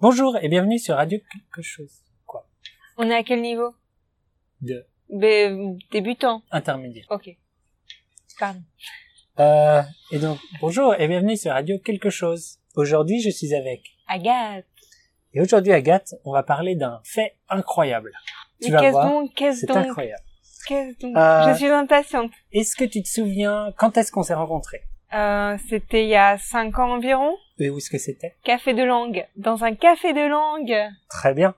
Bonjour et bienvenue sur Radio quelque chose. Quoi On est à quel niveau De Ben, débutant. intermédiaire. Ok. Pardon. Euh, et donc, bonjour et bienvenue sur Radio quelque chose. Aujourd'hui, je suis avec. Agathe. Et aujourd'hui, Agathe, on va parler d'un fait incroyable. Tu Mais vas qu'est-ce voir, donc, qu'est-ce c'est donc, incroyable. qu'est-ce donc Euh, Je suis impatiente. Est-ce que tu te souviens quand est-ce qu'on s'est rencontrés Euh, c'était il y a cinq ans environ. Et où est-ce que c'était Café de langue. Dans un café de langue. Très bien.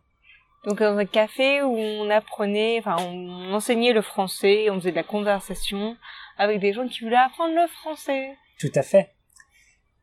Donc dans un café où on apprenait, enfin on enseignait le français, on faisait de la conversation avec des gens qui voulaient apprendre le français. Tout à fait.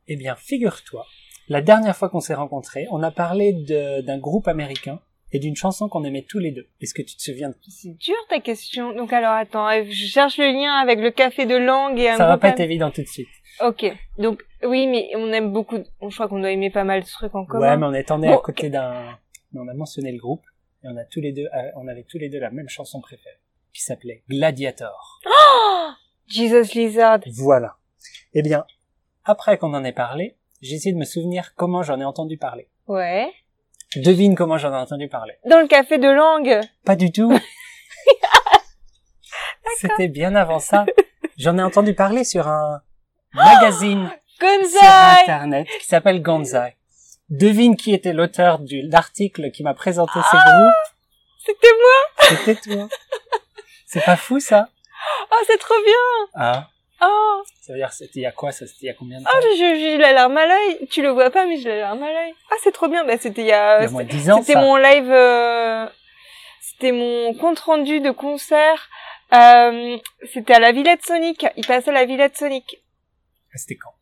Eh bien, figure-toi, la dernière fois qu'on s'est rencontrés, on a parlé de- d'un groupe américain et d'une chanson qu'on aimait tous les deux. Est-ce que tu te souviens de C'est dur ta question. Donc alors attends, euh, je cherche le lien avec le café de langue et un Ça va groupe pas am- être évident tout de suite. Ok. Donc oui, mais on aime beaucoup. on- Je crois qu'on doit aimer pas mal de trucs en commun. Ouais, mais on est en Bon, à côté d'un. mais On a mentionné le groupe et on a tous les deux, euh, on avait tous les deux la même chanson préférée qui s'appelait Gladiator. Jesus Lizard. Voilà. Eh bien, après qu'on en ait parlé, j'ai essayé de me souvenir comment j'en ai entendu parler. Ouais. Devine comment j'en ai entendu parler. Dans le café de langue. Pas du tout. C'était bien avant ça. J'en ai entendu parler sur un magazine sur Gonzai. internet qui s'appelle Gonzai. Devine qui était l'auteur de l'article qui m'a présenté ces groupes. C'était moi. C'était toi. C'est pas fou ça Oh, c'est trop bien. Ah, Oh, ça veut dire c'était il y a quoi ça C'était il y a combien de temps oh j'ai- j'ai j'ai la larme à l'œil. Tu le vois pas, mais j'ai la larme à l'œil. Ah, c'est trop bien. Bah, c'était il y a. Il y a moins de 10 ans C'était ça. mon live, euh, c'était mon compte rendu de concert. Euh, c'était à la Villette Sonic. Il passait à la Villette Sonic. Ah, C'était quand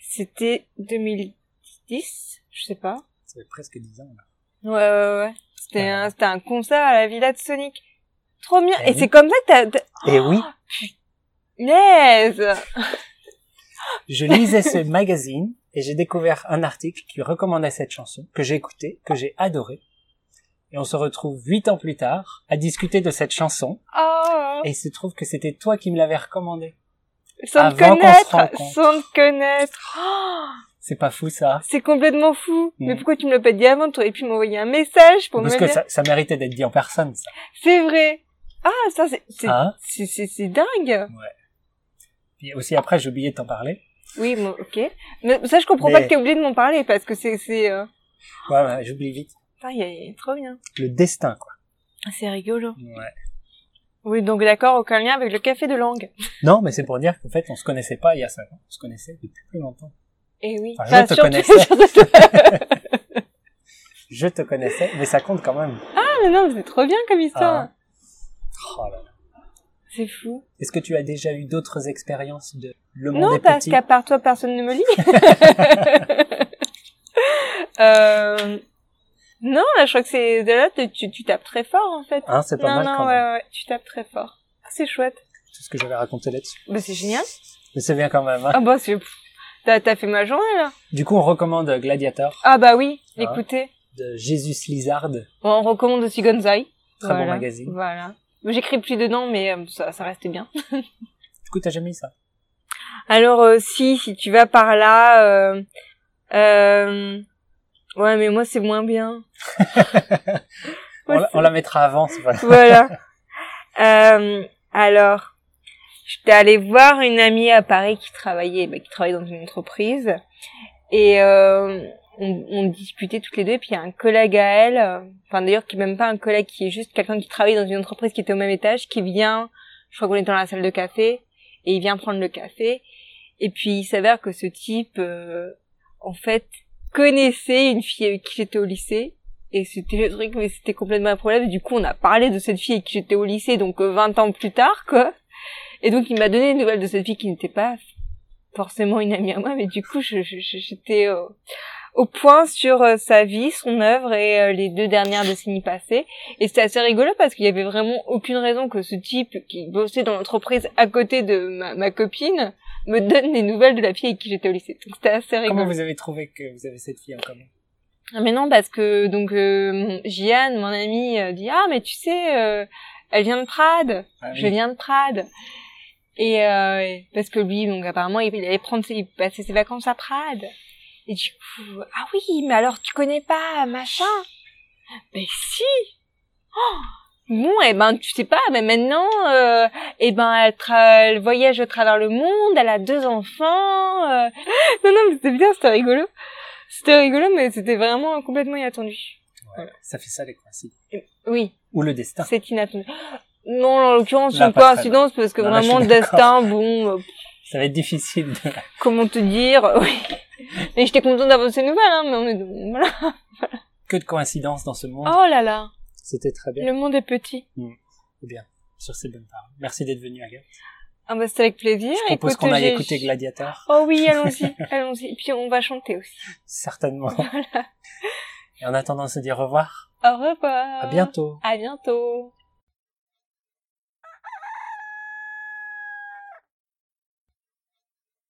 C'était 2010, je sais pas. Ça fait presque 10 ans. Là. Ouais, ouais, ouais. C'était Ah. un, c'était un concert à la Villette Sonic. Trop bien. Ah Et oui. c'est comme ça que t'as. t'as- Et oui, Yes. je lisais ce magazine et j'ai découvert un article qui recommandait cette chanson que j'ai écoutée, que j'ai adorée. Et on se retrouve 8 ans plus tard à discuter de cette chanson Oh. et il se trouve que c'était toi qui me l'avais recommandée. Sans te avant qu'on se connaître, rencontre. sans te connaître. Oh, C'est pas fou ça c'est complètement fou. Mm. Mais pourquoi tu me l'as pas dit avant toi Et puis m'envoyer un message pour Parce me que dire. ça, ça méritait d'être dit en personne ça. C'est vrai. Ah, ça, c'est, c'est, Hein c'est, c'est, c'est dingue. Et aussi après j'ai oublié de t'en parler. Oui, bon, ok. Mais ça, je comprends Mais- pas que t'aies oublié de m'en parler parce que c'est, c'est, euh... Ouais, ouais, j'oublie vite. Putain, il y a- il y a- trop bien. Le destin quoi. Ah, C'est rigolo. Ouais. Oui, donc d'accord, aucun lien avec le café de langue. Non, mais c'est pour dire qu'en fait, on se connaissait pas il y a cinq ans. On se connaissait depuis plus longtemps. Eh oui. Enfin, je te surtout- connaissais. surtout- Je te connaissais, mais ça compte quand même. ah, mais non, mais c'est trop bien comme Ah. histoire. Oh là là. C'est fou. Est-ce que tu as déjà eu d'autres expériences de le monde Non, est parce petit qu'à part toi, personne ne me lit. euh... Non, là, je crois que c'est de là, tu, tu, tu tapes très fort, en fait. Hein, c'est pas non, mal non, quand ouais, même. ouais, tu tapes très fort. Ah, c'est chouette. C'est ce que j'avais raconté là-dessus. Bah, c'est génial. Mais c'est bien quand même. hein. Ah, bah, c'est. pff, T'as t'as fait ma journée, là. Du coup, on recommande Gladiator Ah, bah oui, Ah. écoutez. de Jésus Lizard. Bon, on recommande aussi Gonzai. Très Voilà, bon magazine. Voilà. J'écris plus dedans, mais euh, ça, ça restait bien. Du coup, t'as jamais eu ça Alors euh, si, si tu vas par là, euh, euh, ouais, mais moi c'est moins bien. on, la, Moi, c'est- on la mettra avant, c'est pas- Voilà. Euh, alors, j'étais allée voir une amie à Paris qui travaillait, bah, qui travaillait dans une entreprise, et euh, on, on disputait toutes les deux. Et puis il y a un collègue à elle, euh, enfin d'ailleurs qui est même pas un collègue, qui est juste quelqu'un qui travaille dans une entreprise qui était au même étage, qui vient. Je crois qu'on est dans la salle de café, et il vient prendre le café. Et puis il s'avère que ce type, euh, en fait, connaissait une fille avec qui j'étais au lycée. Et c'était le truc, mais c'était complètement un problème. Du coup, on a parlé de cette fille avec qui j'étais au lycée, donc euh, 20 ans plus tard, quoi. Et donc, il m'a donné une nouvelle de cette fille qui n'était pas forcément une amie à moi, mais du coup, je- je- je- j'étais euh, au point sur euh, sa vie, son œuvre et euh, les deux dernières décennies passées. Et c'était assez rigolo parce qu'il y avait vraiment aucune raison que ce type qui bossait dans l'entreprise à côté de ma, ma copine me donne des nouvelles de la fille avec qui j'étais au lycée. Donc, c'était assez rigolo. Comment vous avez trouvé que vous avez cette fille en commun Ah, Mais non, parce que donc euh, Jeanne, mon amie, euh, dit ah mais tu sais, euh, elle vient de Prades, Ah oui. je viens de Prades. Et euh, parce que lui, donc apparemment, il il allait prendre, ses, il passait ses vacances à Prades. Et du coup, ah oui, mais alors tu connais pas machin Mais si Oh Bon, eh ben, tu sais pas, mais maintenant, euh, eh ben, elle, tra- elle voyage à travers le monde, elle a deux enfants. euh. Non, non, mais c'était bien, c'était rigolo. C'était rigolo, mais c'était vraiment complètement inattendu. Ouais, Ça fait ça les coïncidences. Oui, Ou le destin. c'est inattendu. Non, en l'occurrence, Là, c'est une pas très, coïncidence, parce que Non, là, je vraiment, le suis d'accord. destin, bon, euh, Ça va être difficile. De... comment te dire Oui. Et j'étais contente d'avoir ces nouvelles, hein, mais on est... Voilà. Que de coïncidences dans ce monde. Oh là là, C'était très bien. le monde est petit. Bien. Sur ces bonnes paroles. Merci d'être venu, Agathe. Ah bah, c'était avec plaisir. Je propose Écoute, qu'on aille j'ai- écouter Gladiator. Oh oui, allons-y, allons-y. Et puis on va chanter aussi. Certainement. Et en attendant, on se dit au revoir. Au revoir. À bientôt. À bientôt.